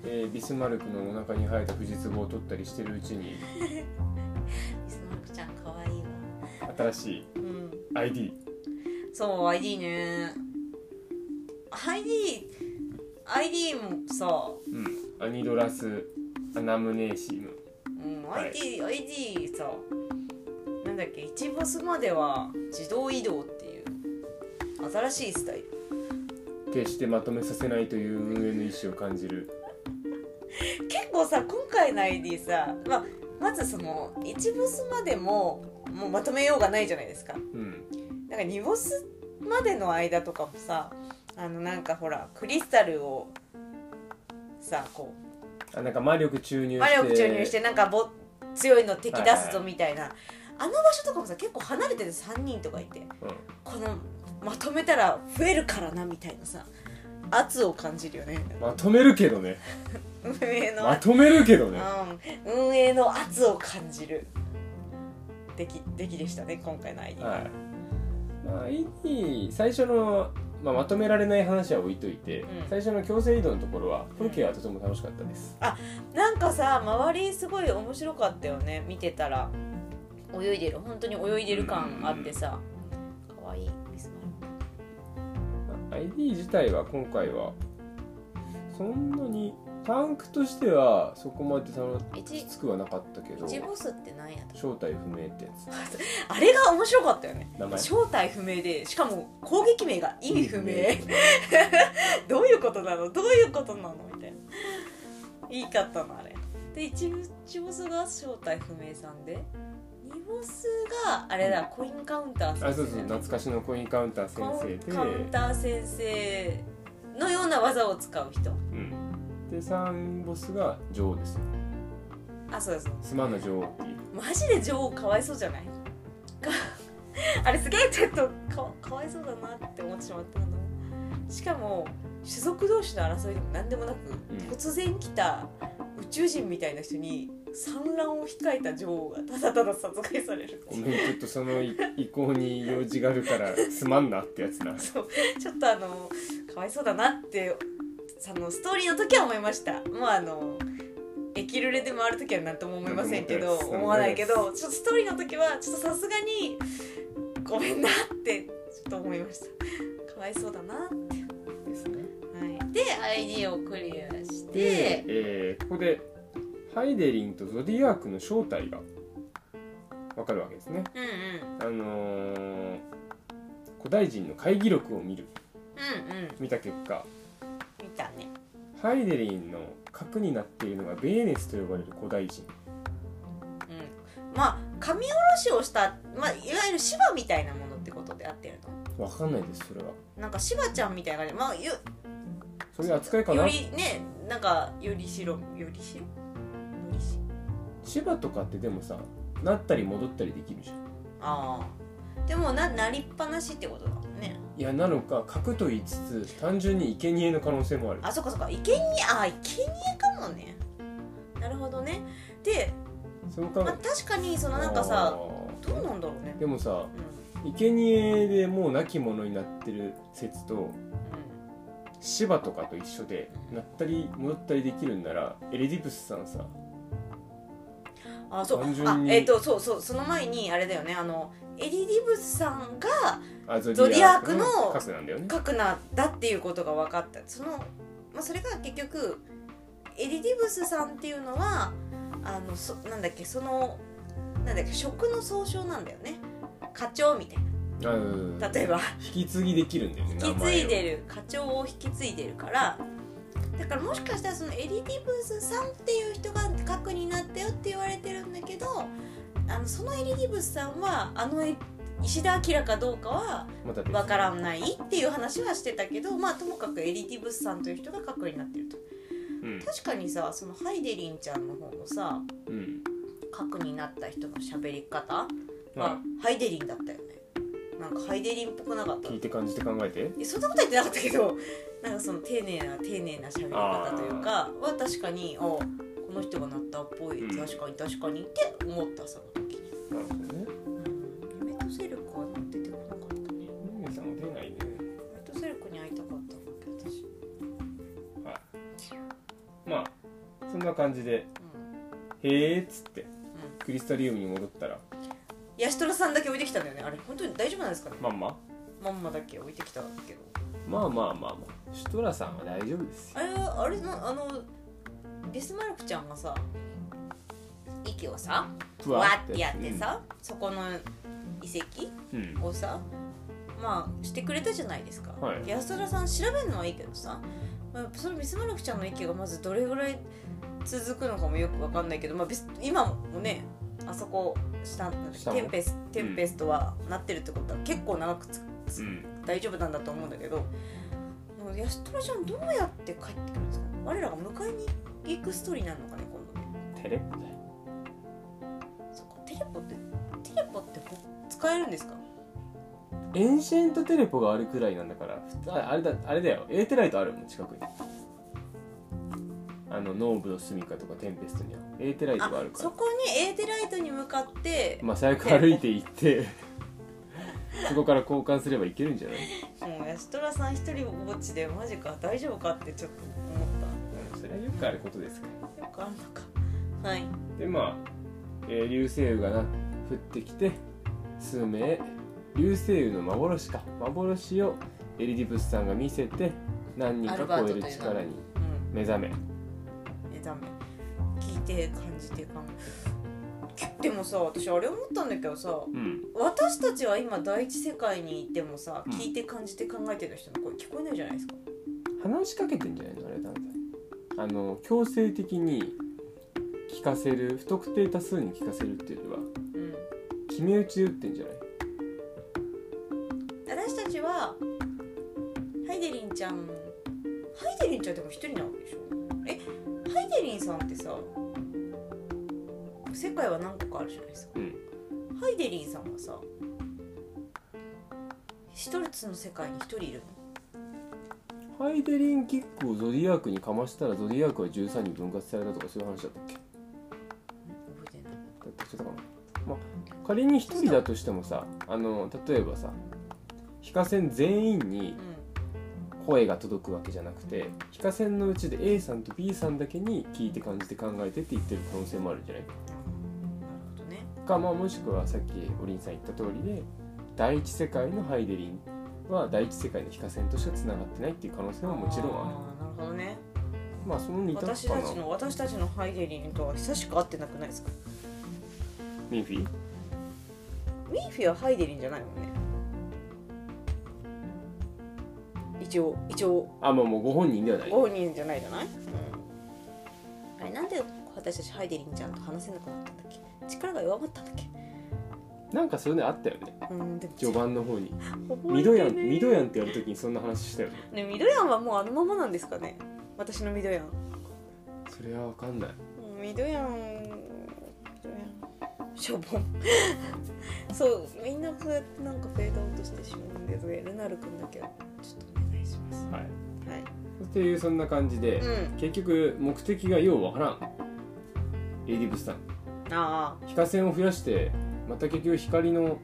S2: えービスマルクのお腹に生えたフジツボを取ったりしてるうちに
S1: ミスマルクちゃん可愛いわ
S2: 新しい
S1: うん
S2: ID
S1: そう ID ね ID ID もさ、
S2: うんアニドラスアナムネーシム
S1: うん、
S2: はい
S1: ID、ID さなんだっけ一ボスまでは自動移動っていう新しいスタイ
S2: 決してまとめさせないという運営の意思を感じる
S1: ル結構さ今回の ID さ、まあ、まずその一ボスまでももうまとめようがないじゃないですか
S2: うん
S1: なんかニボスまでの間とかもさあのなんかほらクリスタルをさこ
S2: あなんか魔力注
S1: う
S2: 入し
S1: 魔
S2: て
S1: 力注入してなんかぼ強いの敵出すぞみたいな、あの場所とかもさ結構離れてて3人とかいて
S2: うん
S1: このまとめたら増えるからなみたいなさ圧を感じるよね
S2: まとめるけどね
S1: 運営の
S2: ま
S1: 圧、
S2: とめるけどね
S1: うん、運営の圧を感じる出来出来でしたね今回の ID
S2: はいまあ ID 最初の、まあ、まとめられない話は置いといて、
S1: うん
S2: 最初の強制移動のところは風景はとても楽しかったです、
S1: なんかさ周りすごい面白かったよね見てたら泳いでる本当に泳いでる感あってさ可愛いミスマ
S2: まあ ID 自体は今回はそんなにタンクとしてはそこまで楽
S1: ル
S2: き
S1: 一
S2: つくはなかったけど
S1: 一ボスってなんやと
S2: 正体不明ってや
S1: あれが面白かったよね
S2: つ名前
S1: 正体不明でしかも攻撃名が意味不明
S2: う
S1: どういうことなのどういうことなのみたいないいかったのあれで一一ボスが正体不明さんで二ボスがあれだ、コインカウンター
S2: ん
S1: さん
S2: あそうそう懐かしのコインカウンター先
S1: カウ
S2: 生
S1: ン
S2: で
S1: カウンター先生のような技を使う人
S2: うん、で3ボスが女王ですよ
S1: あそうです
S2: すまんな女王っていう
S1: マジで女王かわいそうじゃない かあれすげえちょっとかかわいそうだなって思ってしまったのしかも種族同士の争いでも何でもなく、
S2: うん
S1: 突然来た宇
S3: 宇宙人みたいな人に産卵を控えた女王がただただ殺害されるって
S2: ご
S3: いう
S2: めんちょっとそのい意向に用事があるからすまんなってやつな
S3: そうちょっとあのかわいそうだなってあのストーリーの時は思いましたもうあの駅ルレで回る時は何とも思いませんけど
S2: なんとも
S3: 思
S2: 思わ
S3: わな
S2: ない
S3: い
S2: で
S3: け
S2: す
S3: どちょっとストーリーの時はちょっとさすがにごめんなってちょっと思いましたかわいそうだな、は
S2: ですね
S3: い、で ID をクリアし
S2: で
S3: て、
S2: えーここでハイデリンとゾディアークの正体がわかるわけですね
S1: うんうん
S2: あのー古代人の会議録を見る
S1: うんうん
S2: 見た結果
S1: 見たね
S2: ハイデリンの核になっているのがベーネスと呼ばれる古代人
S1: うんまあ紙下ろしをした、まあ、いわゆる芝みたいなものってことで合ってるの
S2: わかんないですそれは
S1: なんか芝ちゃんみたいな感じまあよ
S2: そういう扱いか
S1: よ
S2: な
S1: りねなんかより白より白より白
S2: 千葉とかってでもさなったり戻ったりできるじゃん
S1: ああでもななりっぱなしってことだもんね
S2: いやなのか核と言いつつ単純に生贄の可能性もある
S1: あそっかそっかいけにああいけにえかもねなるほどねで、
S2: そう考
S1: まあ、
S2: え
S1: 確かにそのなんかさ
S2: あー
S1: どうなんだろうね
S2: でもさ
S1: うん
S2: 生贄でもう亡き者になってる説と芝とかと一緒でなったり戻ったりできるんならエレディプスさんさ
S1: うんあそうあ
S2: 単純に
S1: えっ、とそうそうその前にあれだよねあのエリディブスさんが
S2: あゾ
S1: ゾディアークの
S2: 核なんだよね
S1: 書くなだっていうことが分かったその、まあ、それが結局エリディブスさんっていうのはあのそなんだっけそのなんだっけ職の総称なんだよね課長みたい
S2: あうん
S1: な例えば
S2: 引き継ぎできるんだよね
S1: 引き継いで
S2: る
S1: る課長を引き継いでるからだからもしかしたらそのエリディブスさんっていう人が核になったよって言われてるんだけどあのそのエリディブスさんはあのえ石田明かどうかは
S2: また別
S1: わからんないっていう話はしてたけどまあともかくエリティブスさんという人が核になってると
S2: うん
S1: 確かにさそのハイデリンちゃんの方のさ
S2: うん
S1: 核になった人の喋り方は
S2: ま
S1: ハイデリンだったよねなんかハイデリンっぽくなかっ
S2: あ
S1: た
S2: 聞いて感じて考えて
S1: えそんなこと言ってなかったけど なんかその丁寧な丁寧な喋り方というかは確かにあこの人がなったっぽい、
S2: うん
S1: 確かに確かにって思ったその時に、
S2: なるほどね
S1: うん、メトセルクは出てこなかったね
S2: メさんも出ないね
S1: メトセルクに会いたかったんだけど私
S2: まあそんな感じで
S1: うん
S2: へえっつってクリスタリウムに戻ったら
S1: ヤシトラさんだけ置いてきたんだよねあれ本当に大丈夫なんですかね
S2: まんま
S1: まんまだけ置いてきたけど
S2: まあまあまあまあシュトラさんは大丈夫ですよ
S1: あれはあれのあのビスマルクちゃんがさ息をさ
S2: ふ
S1: わーってやってさ、そこの遺跡
S2: うんうん
S1: をさまあしてくれたじゃないですか、
S2: はい
S1: 安田さん調べるのはいいけどさまあそのミスマルクちゃんの息がまずどれぐらい続くのかもよくわかんないけど、まあ、ビス今もねあそこしたんだ
S2: 下も
S1: テンペステンペストはなってるってことは結構長くつ
S2: うん
S1: 大丈夫なんだと思うんだけどもう安田ちゃんどうやって帰ってくるんですか我らが迎えに行くストーリーになるのかね今度ね
S2: テレポだよ
S1: そっかテレポってテレポってこう使えるんですか
S2: エンシェントテレポがあるくらいなんだからふああれだあれだよエーテライトあるもん近くにあのノーブの住みかとかテンペストにはエーテライト
S1: あ
S2: があるか
S1: そ
S2: ら
S1: こにエーテライトに向かって、
S2: まあ最悪歩いて行って そこから交換すればいけるんじゃない
S1: もうヤシトラさん一人ぼっちでマジか大丈夫かってちょっと思っ
S2: うんそれはよくあることですから
S1: たよくあんのかはい
S2: でまあ、えー流星雨がな降ってきて数名流星雨の幻か幻をエリディブスさんが見せて何人か超える力に
S1: うん
S2: 目覚め
S1: 目覚め聞いて感じて感じでもさ私あれ思ったんだけどさ
S2: うん
S1: 私たちは今第一世界にいてもさ
S2: うん
S1: 聞いて感じて考えてる人の声聞こえないじゃないですか
S2: 話しかけてんじゃないのあれだんあの強制的に聞かせる不特定多数に聞かせるっていうよりは
S1: うん
S2: 決め打ちで打ってんじゃない
S1: 私たちはハイデリンちゃんハイデリンちゃんでも一人なわけでしょえハイデリンさんってさ世界は何個かあるじゃないですか
S2: うん
S1: ハイデリンさんはさ一つの世界に一人いる
S2: ハイデリンキックをゾディアークにかましたらゾディアークは13に分割されたとかそういう話だったっけだ
S1: 覚えてない
S2: ってちょっとかなまあ仮に1人だとしてもさあの例えばさ非課線全員に
S1: う
S2: 声が届くわけじゃなくて非課線のうちで A さんと B さんだけに聞いて感じて考えてって言ってる可能性もあるんじゃない
S1: んなるほどね
S2: か、まあ、もしくはさっきおりんさん言った通りで第一世界のハイデリンは第一世界の非課線としてつながってないっていう可能性ももちろんあ
S1: あ
S2: る
S1: ーなるほどね
S2: まあその二択
S1: 私
S2: か
S1: た
S2: な
S1: ちの私たちのハイデリンとは久しく会ってなくないですか
S2: ミンフィ
S1: ミーフィはハイデリンじゃないもんね一応一応
S2: あまあもうご本人ではない
S1: ご本人じゃないじゃない、うん、あれなんで私たちハイデリンちゃんと話せなくなったんだっけ力が弱まったんだっけ
S2: なんかそういうのあったよね
S1: うんでも
S2: 序盤の方に
S1: 覚
S2: ミ
S1: えて
S2: ド
S1: ね
S2: ヤンミドヤンってやるときにそんな話したよね
S1: ねミドヤンはもうあのままなんですかね私のミドヤン
S2: それはわかんない
S1: うんミドヤンミドヤン しょぼんそうみんなこうやってなんかフェードアウトしてしまうんですがルナル君だけはちょっとお願いします
S2: はい
S1: はい
S2: っていうそんな感じで、
S1: う
S2: 結局目的がようわからんエイディブスタン
S1: んあ
S2: 非課線を増やしてまた結局光の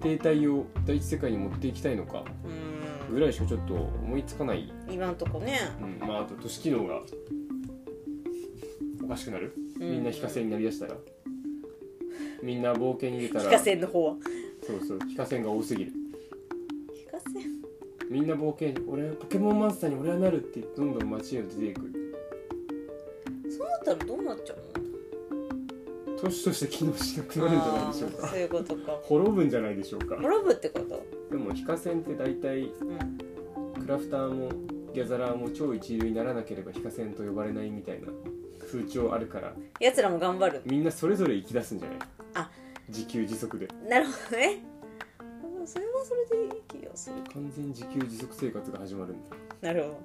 S2: 停滞を第一世界に持っていきたいのか
S1: あう
S2: ぐらいしかちょっと思いつかない、
S1: ん今んとこね
S2: うん、まああと都市機能がおかしくなるみんな非課線になりだしたらみんな冒険に出た
S1: 非
S2: ら
S1: 課線の方は
S2: そうそう非課線が多すぎる
S1: 非課線
S2: みんな冒険俺はポケモンマスターに俺はなるってどんどん街へ出ていく
S1: そうなったらどうなっちゃう
S2: 都市として機能しなく
S1: の
S2: なるんじゃないでしょう
S1: あー
S2: か
S1: そういうことか
S2: 滅ぶんじゃないでしょうか
S1: 滅ぶってこと
S2: でも非課線って大体
S1: うん
S2: クラフターもギャザラーも超一流にならなければ非課線と呼ばれないみたいな風潮あるから
S1: 奴らも頑張る
S2: みんなそれぞれ生き出すんじゃない
S1: あ
S2: 自給自足で
S1: なるほどねうんそれはそれでいい気がする
S2: 完全自給自足生活が始まるんだ
S1: なるほど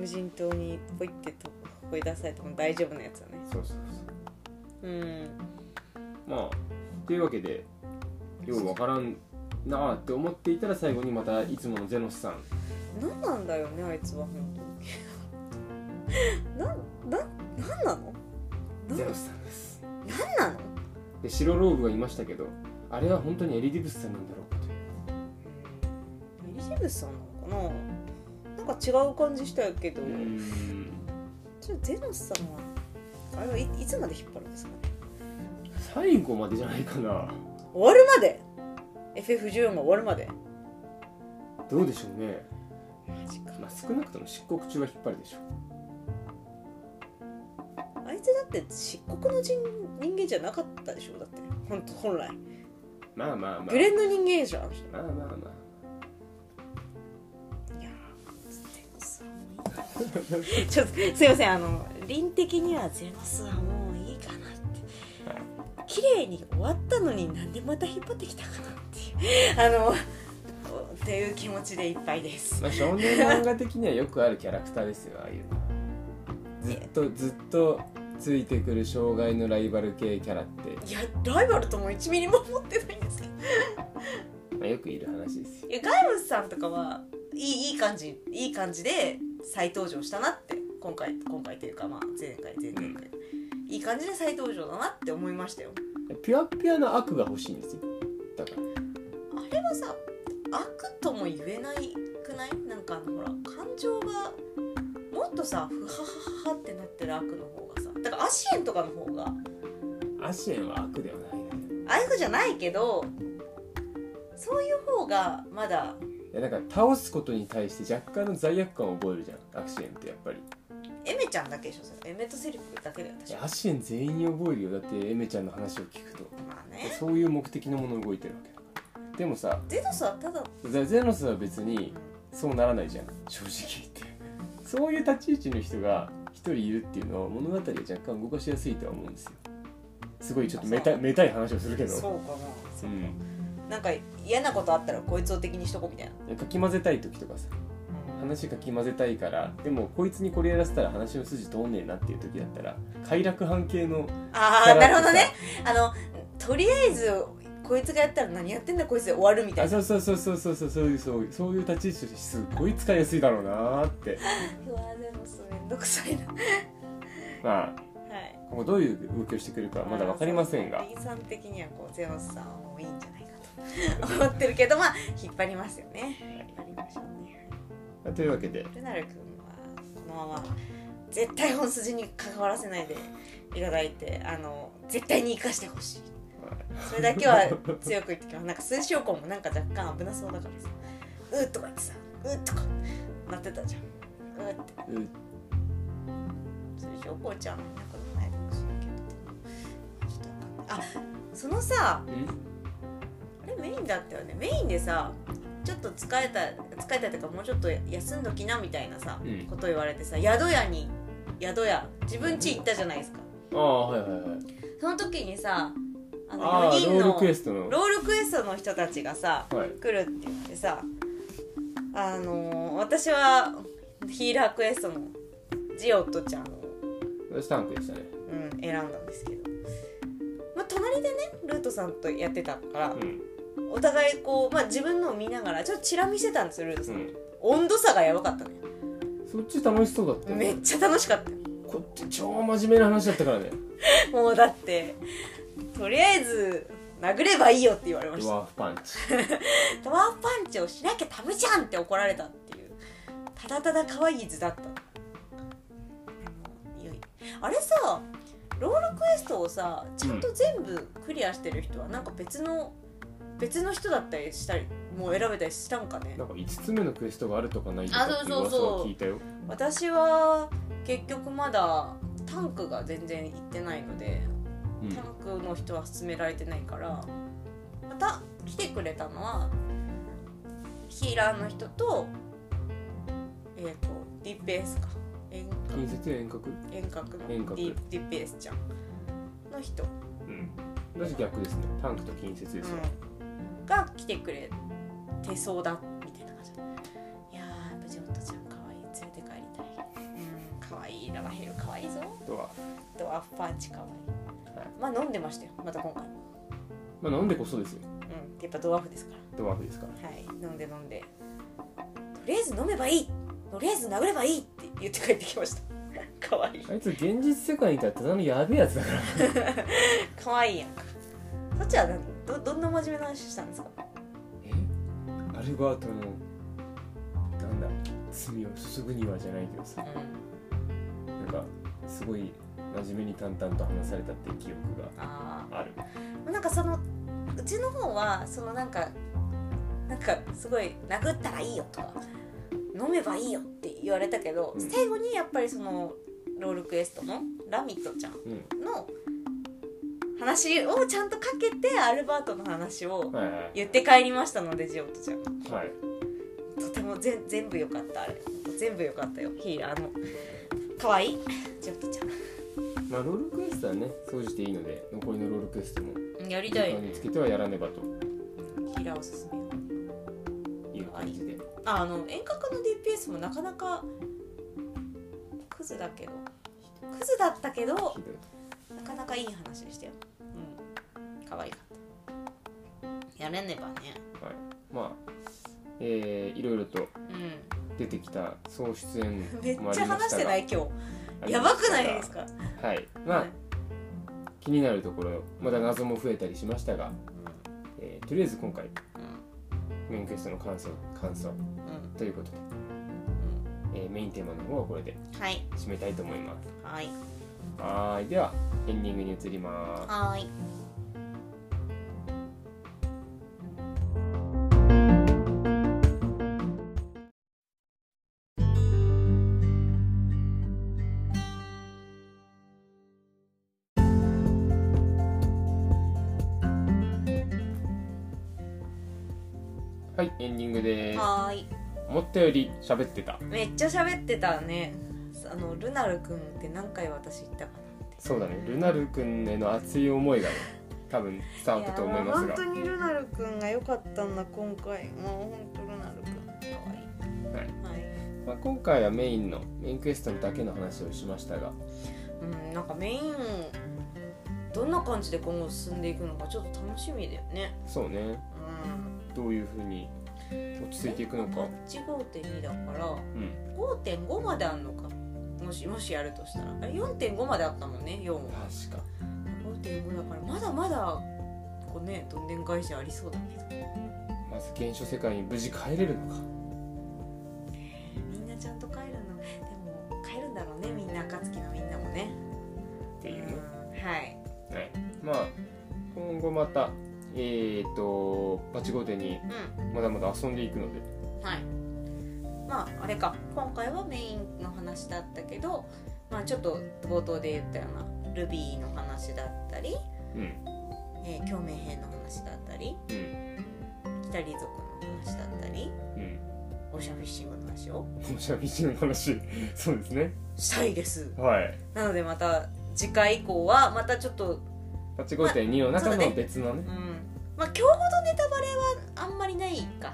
S1: 無人島にポイってとポイ出されても大丈夫なやつだね
S2: そうそうそう
S1: うん
S2: まあというわけでようわからんなあって思っていたら最後にまたいつものゼノスさん
S1: 何なんだよねあいつは本当に なんななんなのなん
S2: ゼノスさんです
S1: なんなの
S2: で白ローブがいましたけどあれは本当にエリディブスさんなんだろうかという
S1: エリジブスさんなのかななんか違う感じしたけど、ちょっとゼノスさんはあれはいいつまで引っ張るんですかね
S2: 最後までじゃないかな
S1: 終わるまで FF14 が終わるまで
S2: どうでしょうね
S1: マジか
S2: まあ、少なくとも漆黒中は引っ張るでしょ
S1: あいつだって漆黒の人人間じゃなかったでしょだって本当本来
S2: まあまあまあ
S1: グレンの人間じゃんあの人
S2: まあまあま
S1: いやーゼノスはもういいかなちょっとすいませんあの倫的にはゼノスはもういいかなって綺麗に終わったのになんでまた引っ張ってきたかなっていうあのおっていう気持ちでいっぱいで
S2: あ、
S1: す
S2: まあ、少年漫画的にはよくあるキャラクターですよああいうのずっとずっとついてくる障害のライバル系キャラって、
S1: いやライバルとも1ミリも思ってないんですけど
S2: まあ、よくいる話ですよ
S1: いやガイムスさんとかはいいいい感じいい感じで再登場したなって今回今回というかまあ前回前々回、いい感じで再登場だなって思いましたよ
S2: ピュアピュアな悪が欲しいんですよだから
S1: あれはさ悪とも言えないくないなんかあのほら感情がもっとさふははははってなってる悪の方がさだからアシエンとかの方が
S2: アシエンは悪ではないのよ
S1: 悪じゃないけどそういう方がまだ
S2: いやだから倒すことに対して若干の罪悪感を覚えるじゃんアシエンってやっぱり
S1: エメちゃんだけでしょそれエメとセリフだけだよ
S2: い
S1: 確
S2: や
S1: か
S2: アシエン全員に覚えるよだってエメちゃんの話を聞くと
S1: まあね
S2: そういう目的のもの動いてるわけだからでもさ
S1: ゼノスはただ
S2: ゼゼノスは別にそうならないじゃん正直言ってそういう立ち位置の人が一人いるっていうのは物語が若干動かしやすいとは思うんですよすごいちょっとめためたい話をするけど
S1: そうかなそうう、
S2: ん、
S1: なんか嫌なことあったらこいつを敵にしとこうみたいな
S2: かき混ぜたい時とかさ話かき混ぜたいからでもこいつにこれやらせたら話の筋通んねえなっていう時だったら快楽半系の
S1: あ
S2: キ
S1: あな
S2: ャラって
S1: る
S2: さ
S1: ほどねあのとりあえずこいつがやったら何やってんだこいつで終わるみた
S2: あ
S1: いな
S2: そうそうそうそうそうそうそういうそういうそういう立ち位置すごい使いやすいだろうなーって
S1: うわでもそれめんどくさいなは
S2: まあ
S1: い
S2: 今後どういう動きをしてくるかまだ分かりません
S1: まあ
S2: が
S1: そうですね B さん的にはこうゼロさんはもういいんじゃないかと思ってるけどまあ引っ張りますよね引っ張りましょうね
S2: というわけで
S1: ルナル君はこのまま絶対本筋に関わらせないでいただいてあの絶対に生かしてほしいそれだけ は強く言ってきますなんか数週間もなんか若干危なそうだからさ「うっ」とか言ってさ「うっ」とかなってたじゃん「うっ」て
S2: う
S1: 数週間ちゃんなんかないかもしれんけどちょっとわかんないあそのさあ
S2: ん
S1: れメインだったよねメインでさちょっと疲れた疲れたというかもうちょっと休んどきなみたいなさ、
S2: うん
S1: こと言われてさ宿屋に宿屋自分家行ったじゃないですか
S2: ああはいはいはい
S1: その時にさあ
S2: あ
S1: の
S2: あ
S1: 4人
S2: ロー
S1: の
S2: ルクエストの
S1: ロールクエストの人たちがさ
S2: はい
S1: 来るって言ってさあのー私はヒーラークエストのジオットちゃんを、
S2: スタンクでしたね
S1: うん、選んだんですけど、まあ、隣でねルートさんとやってたから、
S2: うん
S1: お互いこう、まあ、自分のを見ながらちょっとチラ見せたんですよルートさん、
S2: うん
S1: 温度差がやばかったね
S2: そっち楽しそうだったよ
S1: めっちゃ楽しかった
S2: こっち超真面目な話だったからね
S1: もうだってとりあえず殴ればいいよって言われまし
S2: ド
S1: た
S2: ワーフパンチ
S1: ドワーフパンチをしなきゃダメじゃんって怒られたっていうただただ可愛い図だったあの良いあれさロールクエストをさちゃんと全部クリアしてる人はなんか別の、別の人だったりしたりもう選べたりしたんかね
S2: なんか5つ目のクエストがあるとかないとかってい
S1: あ
S2: う
S1: そうそう
S2: 噂
S1: そう
S2: を聞いたよ
S1: 私は結局まだタンクが全然行ってないので
S2: うん
S1: タンクの人は勧められてないからまた来てくれたのはヒーラーの人とえっ、と DPS か遠
S2: 近接遠隔
S1: 隔遠隔の
S2: 遠隔
S1: D- DPS ちゃんの人、うん
S2: うん私逆ですねタンクと近接ですよ、
S1: が来てくれてそうだみたいな感じだいやーやっぱジョントちゃん可愛い連れて帰りたいうん可愛いラマヘル可愛いぞ
S2: とは
S1: ドワーフパンチ可愛い、
S2: はい
S1: まあ飲んでましたよまた今回
S2: まあ飲んでこそですよ
S1: うんやっぱドワーフですか
S2: ドワーフですから
S1: らはい飲んで飲んでとりあえず飲めばいいとりあえず殴ればいいって言って帰ってきました 可愛い
S2: あいつ現実世界にいたらただのやべえやつだから
S1: 可愛いやんかそっちは何どどんな真面目な話したんですか
S2: えあれはあとのなんだ罪を注ぐにはじゃないけどさ
S1: うん
S2: なんかすごい真面目に淡々と話されたっていう記憶
S1: あ
S2: がある
S1: あなんかそのうちの方はそのなんかなんかすごい殴ったらいいよとか飲めばいいよって言われたけど、
S2: うん
S1: 最後にやっぱりそのロールクエストのラミットちゃん
S2: うん
S1: の話をちゃんとかけてアルバートの話を
S2: はいはい
S1: 言って帰りましたのでジオットちゃん
S2: はい
S1: とてもぜん全部良かったあれ全部良かったよヒーラーの可愛いジオットちゃ
S2: まあロールクエストはね掃除していいので残りのロールクエストも
S1: んやり
S2: 時
S1: たい
S2: 間につけてはやらねばと
S1: ヒーラーおすすめ
S2: いう感じで
S1: ああの遠隔の DPS もなかなかクズだけどクズだったけど
S2: ひどい
S1: なかなかいい話でしたようん可愛かったやれねばね
S2: まあえー、いろいろと
S1: う
S2: 出てきた総出演
S1: んめっちゃ話してない今日やばくないですか
S2: かはいまあ、
S1: はい
S2: 気になるところまだ謎も増えたりしましたが、えーとりあえず今回メインクエストの感想感想
S1: うんうん
S2: ということで、えーメインテーマの方はこれで
S1: はい
S2: 締めたいと思います
S1: はい
S2: はーいではエンディングに移ります
S4: はーい
S2: はいエンディングです
S1: はーい
S2: 思ったより喋ってた
S1: めっちゃ喋ってたねあのルナルくんって何回私言ったか
S2: そうだねルナルくんへの熱い思いがね多分伝
S1: な
S2: わったと思います
S1: や本
S2: が
S1: 当にルナルくんが良かったんだ今回もう本当ルナルくん可
S2: はい
S1: 愛いはい
S2: まあ、今回はメインのメインクエストだけの話をしましたが
S1: うんなんかメインどどんな感じで今後進んでいくのかちょっと楽しみだよね
S2: そうね
S1: うん
S2: どういうふうに落ち着いていくの
S1: マ
S2: か
S1: ッチ5.2だから
S2: うん
S1: 5.5まであんのかもしもしやるとしたらあれ4.5まであったもんね4は
S2: 確か
S1: 5.5だからまだまだこうねどんでん返しありそうだけど
S2: まず原初世界に無事帰れるのか
S1: みんなちゃんと帰るのでも帰るんだろうねみんな暁のみんなもね
S2: っていうね
S1: はい
S2: はい、まあ今後またえっ、とバチゴーテに
S1: う
S2: まだまだ遊んでいくの
S1: ん
S2: で
S1: はいまああれか今回はメインの話だったけどまあちょっと冒頭で言ったようなルビーの話だったり、
S2: うん
S1: えー、共鳴編の話だったり
S2: うん
S1: 北リ族の話だったり
S2: うん
S1: オーシャンフィッシングの話を
S2: 本社ビジの話そうですね
S1: したいです
S2: はい
S1: なのでまた次回以降はまたちょっと
S2: バチゴーテ2の中
S1: まあそうだ
S2: の
S1: ね
S2: 別のね
S1: うんまあ今日ほどネタバレはあんまりないか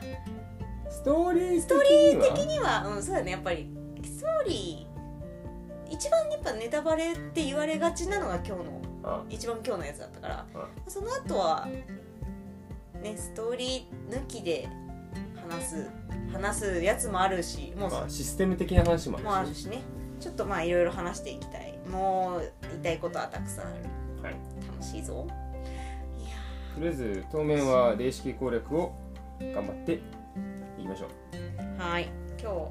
S2: ストーリースト
S1: スト
S2: ー
S1: ーリー的には、うん、そうだねやっぱりストーリー一番やっぱネタバレって言われがちなのが今日の
S2: あ
S1: 一番今日のやつだったから
S2: あ
S1: その後はねストーリー抜きで話す話すやつもあるしもう、
S2: まあシステム的な話も
S1: もう
S2: あ
S1: あ
S2: る
S1: る
S2: し
S1: しねちょっとまあいろいろ話していきたいもう言いたいことはたくさんある
S2: はい
S1: 楽しいぞいや
S2: とりあえず当面は霊式攻略を頑張っていきましょう
S1: ーはい今日ま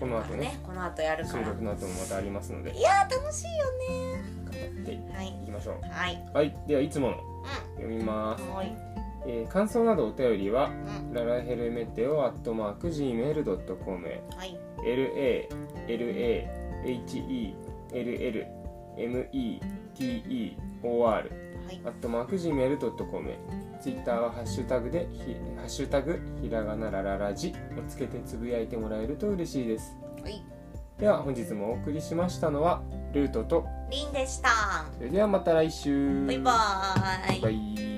S2: この
S1: た
S2: 後ね
S1: この後やる
S2: 収
S1: から
S2: 録の後もまたありますので
S1: いやー楽しいよね
S2: 頑張ってい
S1: はい
S2: きましょ
S1: はい。
S2: うはいではいつもの
S1: う
S2: 読みます
S1: ん。はい。
S2: えー感想などお便りは、
S1: う
S2: ララヘルメテオアットマーク Gmail.com
S1: はい。
S2: LALAHELLMETEOR
S1: はい
S2: ア。ットマーク Gmail.com ツイッターはハッシュタグでひハッシュタグひらがなラララジをつけてつぶやいてもらえると嬉しいです
S1: はい。
S2: では本日もお送りしましたのはルートと
S1: りんでした。
S2: それではまた来週
S1: バイバーイ
S2: バイ